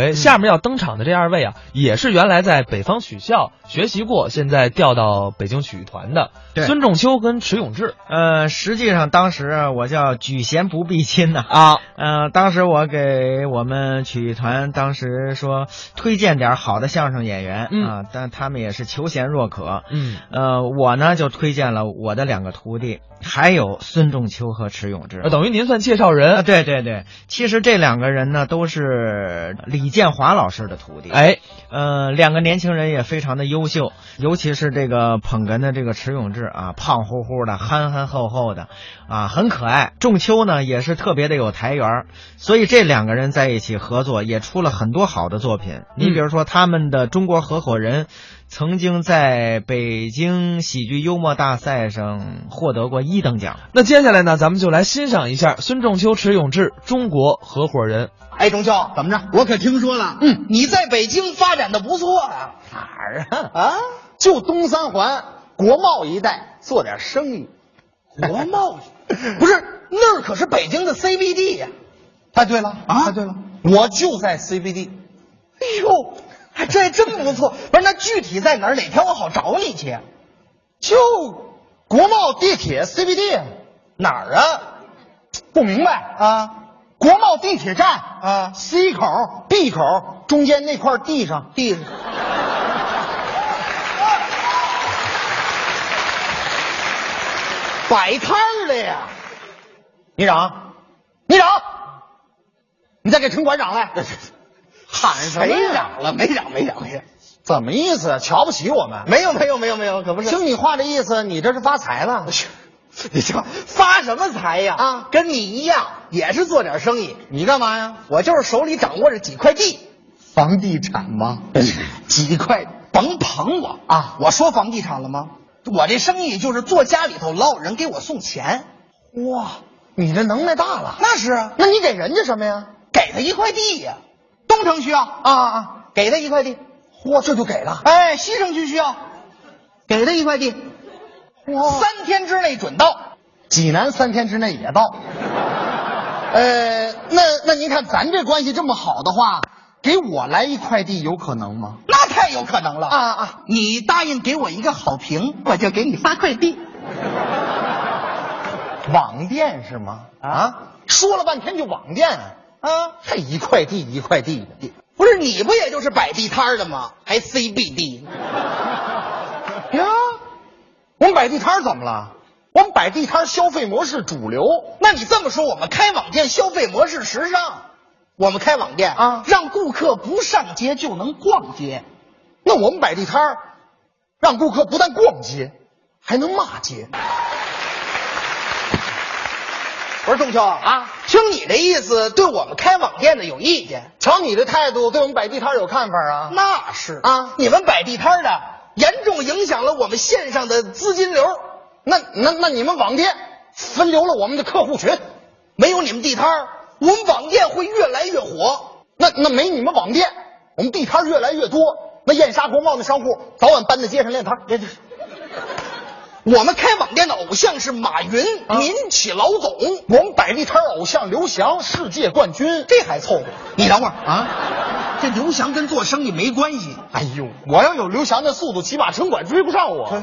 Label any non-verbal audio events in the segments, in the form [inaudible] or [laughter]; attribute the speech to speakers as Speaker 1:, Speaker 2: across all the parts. Speaker 1: 嗯
Speaker 2: 哎，下面要登场的这二位啊，也是原来在北方曲校学习过，现在调到北京曲艺团的
Speaker 1: 对
Speaker 2: 孙仲秋跟迟永志
Speaker 1: 呃，实际上当时啊我叫举贤不避亲呐、 [laughs]
Speaker 2: 啊。
Speaker 1: 呃，当时我给我们曲艺团当时说推荐点好的相声演员啊、
Speaker 2: 嗯
Speaker 1: 但他们也是求贤若渴。
Speaker 2: 嗯，
Speaker 1: 呃，我呢就推荐了我的两个徒弟，还有孙仲秋和迟永志。
Speaker 2: 呃等于您算介绍
Speaker 1: 啊，
Speaker 2: 人。
Speaker 1: 对对对，其实这两个人呢都是李建华老师的徒弟。
Speaker 2: 哎，
Speaker 1: 呃，两个年轻人也非常的优秀，尤其是这个捧哏的这个迟永志啊，胖乎乎的，憨憨厚厚的，啊，很可爱。仲秋呢也是特别的有台缘儿，所以这两个人在一起合作也出了很多好的作
Speaker 3: 嗯
Speaker 1: 品。你比如说他们的中国合伙人。曾经在北京喜剧幽默大赛上获得过一等奖。
Speaker 2: 那接下来呢，咱们就来欣赏一下孙仲秋、迟永志中国合伙人。
Speaker 3: 哎，钟秋，怎么着？
Speaker 4: 我可听说了，
Speaker 3: 嗯，你在北京发展的不错啊。
Speaker 4: 哪儿啊？
Speaker 3: 啊，就东三环国贸一带做点生意。
Speaker 4: 国贸易
Speaker 3: [laughs] 不是，那儿可是北京的 CBD 呀、哎，对了
Speaker 4: 啊
Speaker 3: 哎对了，我就在 CBD。哎呦，还这还真不错。不是，那具体在哪儿？哪天我好找你去？啊就国贸地铁 CBD 啊哪儿啊？不明白啊？国贸地铁站啊，C 口、B 口中间那块地上地上。摆摊儿的呀。你长，你长，你再给城管长来，喊什么呀？
Speaker 4: 谁嚷了？没嚷，没嚷，没嚷。
Speaker 3: 怎么意思？啊瞧不起我们？
Speaker 4: 没有，没有，没有，没有，可不是。
Speaker 3: 听你话这意思，你这是发
Speaker 1: [laughs]
Speaker 3: 财了？
Speaker 4: 你这发什么财呀？
Speaker 3: 啊
Speaker 4: 跟你一样，也是做点生意。
Speaker 3: 你干嘛呀？
Speaker 4: 我就是手里掌握着几
Speaker 3: [laughs]
Speaker 4: 块地，
Speaker 3: 房地产吗？
Speaker 4: 几块，甭捧我
Speaker 3: 啊
Speaker 4: 我说房地产了吗？我这生意就是坐家里头捞人给我送钱，
Speaker 3: 哇，你这能耐大了。
Speaker 4: 那是啊，
Speaker 3: 那你给人家什么呀？
Speaker 4: 给他一块地呀、东城区啊，
Speaker 3: 啊啊啊！
Speaker 4: 给他一块地。
Speaker 3: 嚯，这就给了。
Speaker 4: 哎，西城区需要，给他一块地，
Speaker 3: 哇，
Speaker 4: 三天之内准到。
Speaker 3: 济南三天之内也到。呃，那那您看咱这关系这么好的话，给我来一块地有可能吗？
Speaker 4: 那太有可能了
Speaker 3: 啊啊！
Speaker 4: 你答应给我一个好评，我就给你发块地。
Speaker 3: 网店是吗？啊，说了半天就网店啊，
Speaker 4: 啊，
Speaker 3: 还一块地一块地的。
Speaker 4: 不是你不也就是摆地摊儿的吗？
Speaker 3: [laughs]
Speaker 4: 还 CBD
Speaker 3: 呀，我们摆地摊儿怎么了？我们摆地摊儿消费模式主流。
Speaker 4: 那你这么说，我们开网店消费模式时尚，我们开网店
Speaker 3: 啊
Speaker 4: 让顾客不上街就能逛街，
Speaker 3: 那我们摆地摊儿，让顾客不但逛街，还能骂街。
Speaker 4: 不是仲秋啊？听你这意思，对我们开网店的有意见？
Speaker 3: 瞧你这态度，对我们摆地摊儿有看法啊？
Speaker 4: 那是
Speaker 3: 啊
Speaker 4: 你们摆地摊儿的严重影响了我们线上的资金流，
Speaker 3: 那那那你们网店分流了我们的客户群，
Speaker 4: 没有你们地摊儿，我们网店会越来越火。
Speaker 3: 那那没你们网店，我们地摊儿越来越多，那燕莎国贸那商户早晚搬到街上练摊儿。
Speaker 4: 我们开网店的偶像是马云，民企老总，
Speaker 3: 我们摆地摊儿偶像刘翔世界冠军，
Speaker 4: 这还凑合。你等会儿啊，
Speaker 3: 啊！
Speaker 4: 这刘翔跟做生意没关系。
Speaker 3: 哎呦，我要有刘翔的速度，起码城管追不上我。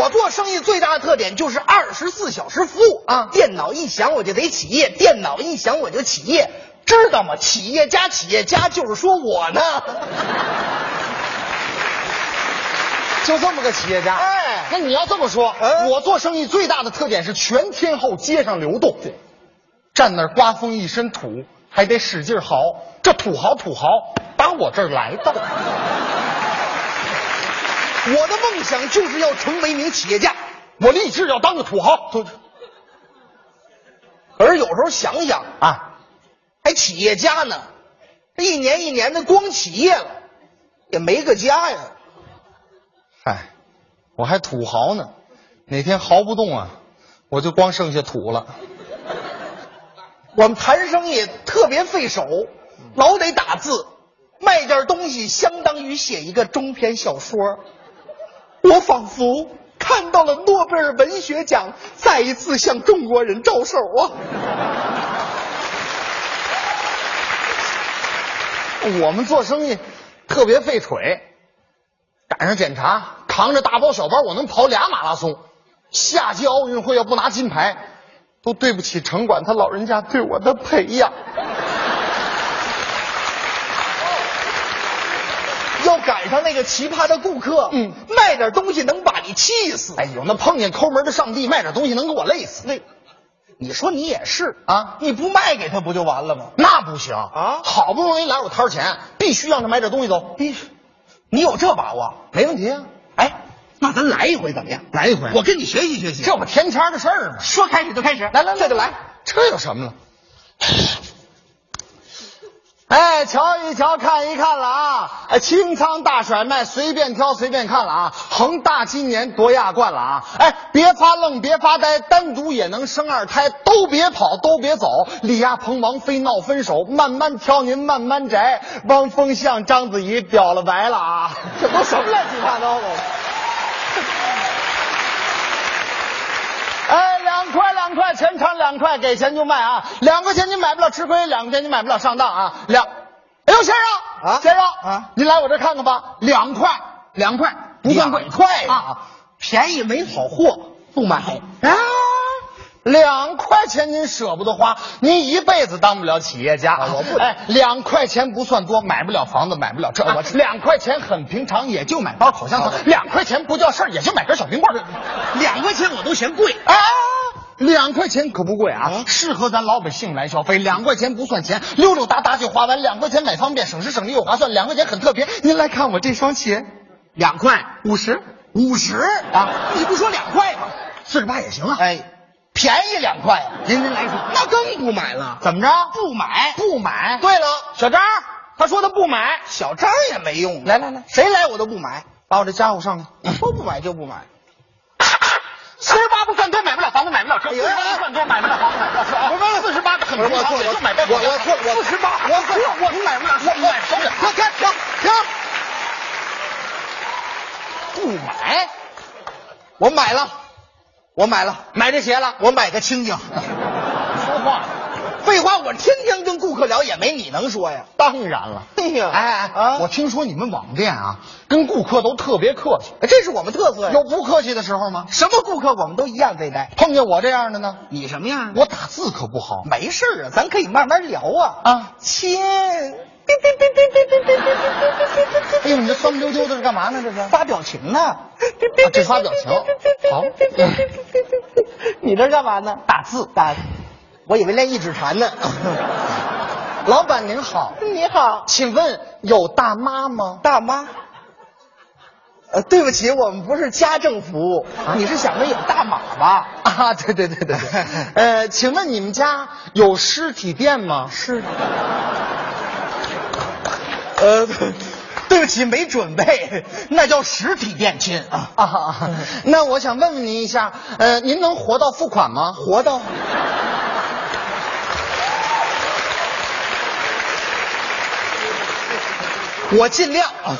Speaker 4: 我做生意最大的特点就是二十四小时服务
Speaker 3: 啊
Speaker 4: 电脑一响我就得起业，电脑一响我就起业，知道吗？企业家，企业家就是说我呢。
Speaker 3: 就这么个企业家。
Speaker 4: 哎
Speaker 3: 那你要这么说，
Speaker 4: 嗯
Speaker 3: 我做生意最大的特点是全天候街上流动，站那儿刮风一身土，还得使劲嚎，这土豪土豪打我这儿来
Speaker 4: [laughs]
Speaker 3: 的。
Speaker 4: 我的梦想就是要成为一名企业家，
Speaker 3: 我立志要当个土豪。
Speaker 4: 可是有时候想想，
Speaker 3: 啊，
Speaker 4: 还企业家呢，这一年一年的光起业了，也没个家呀。哎
Speaker 3: 嗨，我还土豪呢，哪天豪不动啊，我就光剩下土了。
Speaker 4: 我们谈生意特别费手，老得打字，卖件东西相当于写一个中篇小说。我仿佛看到了诺贝尔文学奖再一次向中国人招手啊！ [laughs] 我们做生意特别费腿，赶上检查，扛着大包小包，我能跑俩马拉松。下届奥运会要不拿金牌，都对不起城管他老人家对我的培养。
Speaker 3: 要赶上那个奇葩的顾客，
Speaker 4: 嗯
Speaker 3: 卖点东西能把你气死。
Speaker 4: 哎呦，那碰见抠门的上帝卖点东西能给我累死。那，
Speaker 3: 你说你也是
Speaker 4: 啊
Speaker 3: 你不卖给他不就完了吗？
Speaker 4: 那不行
Speaker 3: 啊
Speaker 4: 好不容易来我摊儿前，必须让他买点东西走。
Speaker 3: 你，你有这把握？
Speaker 4: 没问题啊，
Speaker 3: 哎，那咱来一回怎么样？
Speaker 4: 来一回
Speaker 3: 我跟你学习学习。
Speaker 4: 这不天天的事儿吗？
Speaker 3: 说开始就开始，
Speaker 4: 来来来，
Speaker 3: 这就来。，
Speaker 4: 这有什么了？哎，瞧一瞧，看一看了啊！哎，清仓大甩卖，随便挑，随便看了啊！恒大今年夺亚冠了啊！哎，别发愣，别发呆，单独也能生二胎，都别跑，都别走。李亚鹏、王菲闹分手，慢慢挑您慢慢摘。汪峰向章子怡表了白了啊！
Speaker 3: 这都什么乱七八糟的？
Speaker 4: [laughs] 哎，两块两块，全场两块，给钱就卖啊！两块钱你买不了吃亏，两块钱你买不了上当啊！两，哎呦，先生
Speaker 3: 啊
Speaker 4: 先生
Speaker 3: 啊
Speaker 4: 您来我这看看吧，两块，两块不算贵，
Speaker 3: 两块呀
Speaker 4: 啊，
Speaker 3: 便宜没好货，不买。
Speaker 4: 啊，两块钱您舍不得花，您一辈子当不了企业家。
Speaker 3: 啊我不
Speaker 4: 哎，两块钱不算多，买不了房子，买不了车。
Speaker 3: 啊
Speaker 4: 我两块钱很平常，也就买包口香糖。两块钱不叫事儿，也就买根小冰棍儿。
Speaker 3: 两块钱我都嫌贵。
Speaker 4: 啊，两块钱可不贵啊，
Speaker 3: 啊
Speaker 4: 适合咱老百姓来消费。两块钱不算钱，溜溜达达就花完。两块钱买方便，省时省力又划算。两块钱很特别，您来看我这双鞋，
Speaker 3: 两块五十，
Speaker 4: 五十啊，
Speaker 3: 你不说两块吗？
Speaker 4: 四十八也行啊。哎，便宜两块啊。
Speaker 3: 您您来一那更不买了。
Speaker 4: 怎么着？
Speaker 3: 不买
Speaker 4: 不买？
Speaker 3: 对了，
Speaker 4: 小张，他说他不买。
Speaker 3: 小张也没用。嗯
Speaker 4: 来来来
Speaker 3: 谁来我都不买，
Speaker 4: 把我这家伙上来。
Speaker 3: 说不买就不买。
Speaker 4: 四十八不算多，买不了房子，买不了车。
Speaker 3: 哎
Speaker 4: 四
Speaker 3: 呀
Speaker 4: 十八不算多，买不了房子，买不了车。
Speaker 3: 不是
Speaker 4: 四十八很平常，也就买
Speaker 3: 我我错我
Speaker 4: 四十八，
Speaker 3: 我错
Speaker 4: 我我买不了车，我买房子，
Speaker 3: 停停停停！
Speaker 4: 不买，
Speaker 3: 我买了，我买了，
Speaker 4: 买这鞋了。
Speaker 3: 我买个清净。
Speaker 4: [laughs] 说话，
Speaker 3: 废话，我天天跟顾客聊，也没你能说呀。
Speaker 4: 当然了。
Speaker 3: 哎呀
Speaker 4: 哎哎哎，
Speaker 3: 啊
Speaker 4: 我听说你们网店啊，跟顾客都特别客气，
Speaker 3: 哎这是我们特色呀。
Speaker 4: 有不客气的时候吗？
Speaker 3: 什么顾客我们都一样对待。
Speaker 4: 碰见我这样的呢，
Speaker 3: 你什么样我
Speaker 4: 我打字可不好。
Speaker 3: 没事儿啊，咱可以慢慢聊啊。
Speaker 4: 啊
Speaker 3: 亲，哔哔哔哔哔哔哔哔哔哔哔哔
Speaker 4: 哎呦，你这酸不溜丢的是干嘛呢？这是
Speaker 3: 哔，发表情呢。
Speaker 4: 啊这发表
Speaker 3: [laughs]
Speaker 4: 情好
Speaker 3: 你这干嘛呢？打字打，
Speaker 4: 我以为练一指禅呢。 [laughs] 老板您好，
Speaker 3: 你好，
Speaker 4: 请问有大妈吗？
Speaker 3: 大妈。呃，对不起，我们不是家政服务，你是想问有大码吧？
Speaker 4: 啊，对对对对
Speaker 3: [laughs]
Speaker 4: 对。呃，请问你们家有尸体店吗？
Speaker 3: 是。呃，对不起，没准备，那叫实体店亲啊。
Speaker 4: 啊， [laughs] 那我想问问您一下，呃，您能活到付款吗？
Speaker 3: 活到
Speaker 4: 我尽量。
Speaker 3: 啊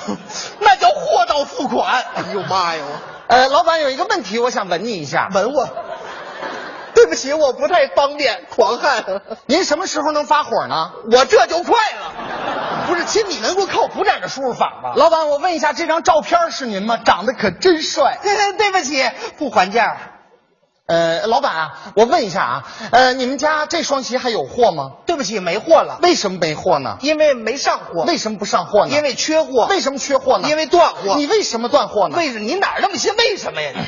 Speaker 3: 那叫货到付款。哎呦妈呀！
Speaker 4: 呃，老板有一个问题，我想问你一下，
Speaker 3: 吻我。对不起，我不太方便，狂汉，
Speaker 4: 您什么时候能发火呢？
Speaker 3: 我这就快了。不是亲，你能给我靠谱点的输入法吗？
Speaker 4: 老板，我问一下，这张照片是您吗？长得可真帅。
Speaker 3: 对不起，不还价。
Speaker 4: 呃，老板啊，我问一下啊，呃，你们家这双鞋还有货吗？
Speaker 3: 对不起，没货了，
Speaker 4: 为什么没货呢？
Speaker 3: 因为没上货，
Speaker 4: 为什么不上货呢？
Speaker 3: 因为缺货，
Speaker 4: 为什么缺货呢？
Speaker 3: 因为断货。
Speaker 4: 你为什么断货呢？
Speaker 3: 为什么？你哪儿那么些为什么呀？你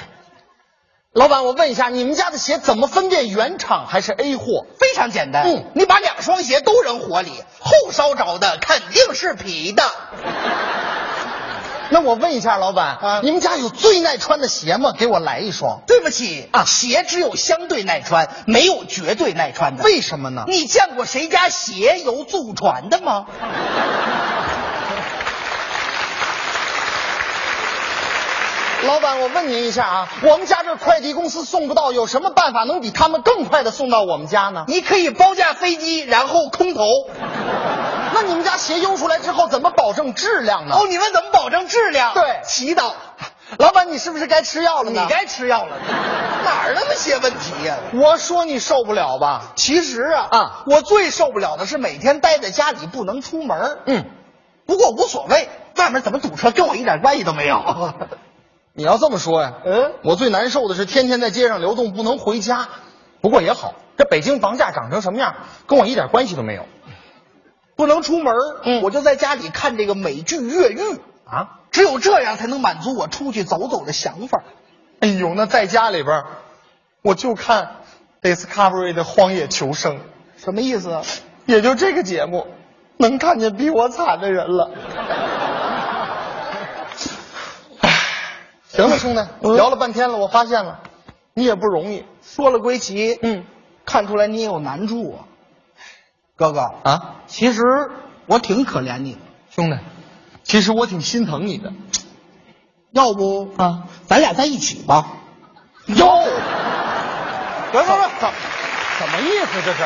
Speaker 4: 老板，我问一下，你们家的鞋怎么分辨原厂还是 A 货？
Speaker 3: 非常简单，
Speaker 4: 嗯
Speaker 3: 你把两双鞋都扔火里，后烧着的肯定是皮的。
Speaker 4: [laughs] 那我问一下老板，
Speaker 3: 啊
Speaker 4: 你们家有最耐穿的鞋吗？给我来一双。
Speaker 3: 对不起
Speaker 4: 啊
Speaker 3: 鞋只有相对耐穿，没有绝对耐穿的。
Speaker 4: 为什么呢？
Speaker 3: 你见过谁家鞋有祖传的吗？
Speaker 4: 老板，我问您一下啊，我们家这快递公司送不到，有什么办法能比他们更快的送到我们家呢？
Speaker 3: 你可以包架飞机，然后空投。
Speaker 4: 那你们家鞋邮出来之后，怎么保证质量呢？
Speaker 3: 哦，你们怎么保证质量？
Speaker 4: 对
Speaker 3: 祈祷。
Speaker 4: 老板，你是不是该吃药了
Speaker 3: 你
Speaker 4: 呢？
Speaker 3: 该吃药了，哪儿那么些问题呀、
Speaker 4: 我说你受不了吧？
Speaker 3: 其实啊
Speaker 4: 啊
Speaker 3: 我最受不了的是每天待在家里不能出门。
Speaker 4: 嗯，不过无所谓，外面怎么堵车跟我一点关系都没有。
Speaker 3: 你要这么说呀，
Speaker 4: 嗯
Speaker 3: 我最难受的是天天在街上流动，不能回家。不过也好，这北京房价涨成什么样，跟我一点关系都没有。
Speaker 4: 不能出门，
Speaker 3: 嗯
Speaker 4: 我就在家里看这个美剧《越狱》
Speaker 3: 啊，
Speaker 4: 只有这样才能满足我出去走走的想法。
Speaker 3: 哎呦，那在家里边儿，我就看 Discovery 的《荒野求生》，
Speaker 4: 什么意思啊？
Speaker 3: 也就这个节目，能看见比我惨的人了。唉行了，兄弟，
Speaker 4: 嗯
Speaker 3: 聊了半天了，我发现了，你也不容易。
Speaker 4: 说了归齐，
Speaker 3: 嗯，
Speaker 4: 看出来你也有难处啊，哥哥啊，
Speaker 3: 啊，
Speaker 4: 其实我挺可怜你的，
Speaker 3: 兄弟，其实我挺心疼你的。
Speaker 4: 要不
Speaker 3: 啊，
Speaker 4: 咱俩在一起吧？
Speaker 3: 哟，别别别，怎怎么意思这是？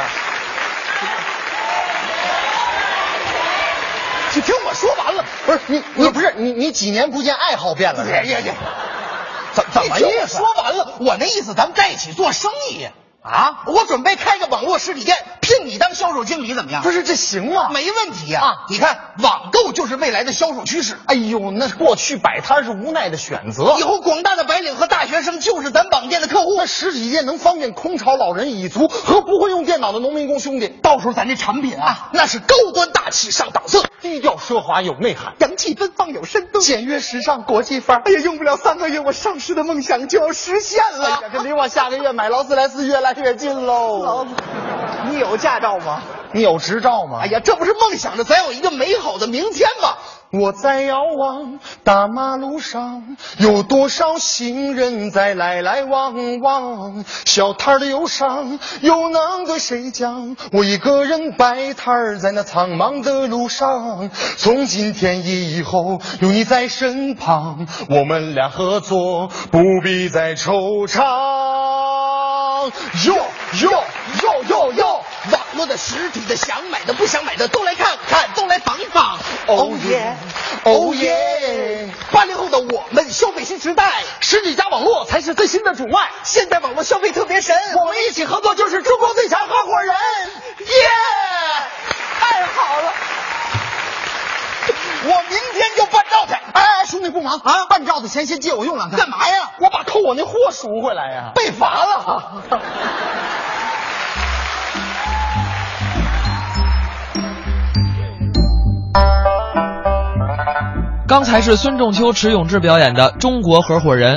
Speaker 4: 你听我说完了，哎
Speaker 3: 不是你你不是你你几年不见爱好变了？
Speaker 4: 别别别，
Speaker 3: 怎怎么
Speaker 4: 你听
Speaker 3: 意
Speaker 4: 我
Speaker 3: 思？
Speaker 4: 说完了，我那意思咱们在一起做生意
Speaker 3: 啊，
Speaker 4: 我准备开个网络实体店，聘你当销售经理，怎么样？
Speaker 3: 不是这行吗？
Speaker 4: 没问题呀、
Speaker 3: 啊
Speaker 4: 你看，网购就是未来的销售趋势。
Speaker 3: 哎呦，那过去摆摊是无奈的选择
Speaker 4: 以，后广大的白领和大学生就是咱网店的客户
Speaker 3: 那，实体店能方便空巢老人、蚁族和不会用电脑的农民工兄弟，
Speaker 4: 到时候咱这产品啊，那是高端大气上档次，
Speaker 3: 低调奢华有内涵。
Speaker 4: 洋气奔放有深度，简约时尚国际范儿。哎呀，用不了三个月，我上市的梦想就要实现
Speaker 3: 哎呀，这离我下个月买劳斯莱斯越来越近喽。
Speaker 4: 你有驾照吗？
Speaker 3: 你有执照吗？
Speaker 4: 哎，呀，这不是梦想着咱有一个美好的明天吗？
Speaker 3: 我在遥望大马路上，有多少行人在来来往往？小摊儿的忧伤又能对谁讲？我一个人摆摊儿在那苍茫的路上。从今天以后，有你在身旁，我们俩合作，不必再惆怅。哟哟哟哟哟！
Speaker 4: 网络的、实体的、想买的、不想买的都来看看，都来访访。
Speaker 3: Oh yeah,
Speaker 4: 哦
Speaker 3: oh yeah！
Speaker 4: 八零后的我们，消费新时代，
Speaker 3: 实体加网络才是最新的主脉。
Speaker 4: 现代网络消费特别神，
Speaker 3: 我们一起合作就是中国最强合伙人。
Speaker 4: 耶！太好了，我明天就办照去。
Speaker 3: 哎，兄弟不忙啊，办照的钱先借我用两天。
Speaker 4: 干嘛呀？
Speaker 3: 我把扣我那货赎回来呀、
Speaker 4: 被罚了。
Speaker 2: 刚才是孙仲秋、迟永志表演的《中国合伙人》。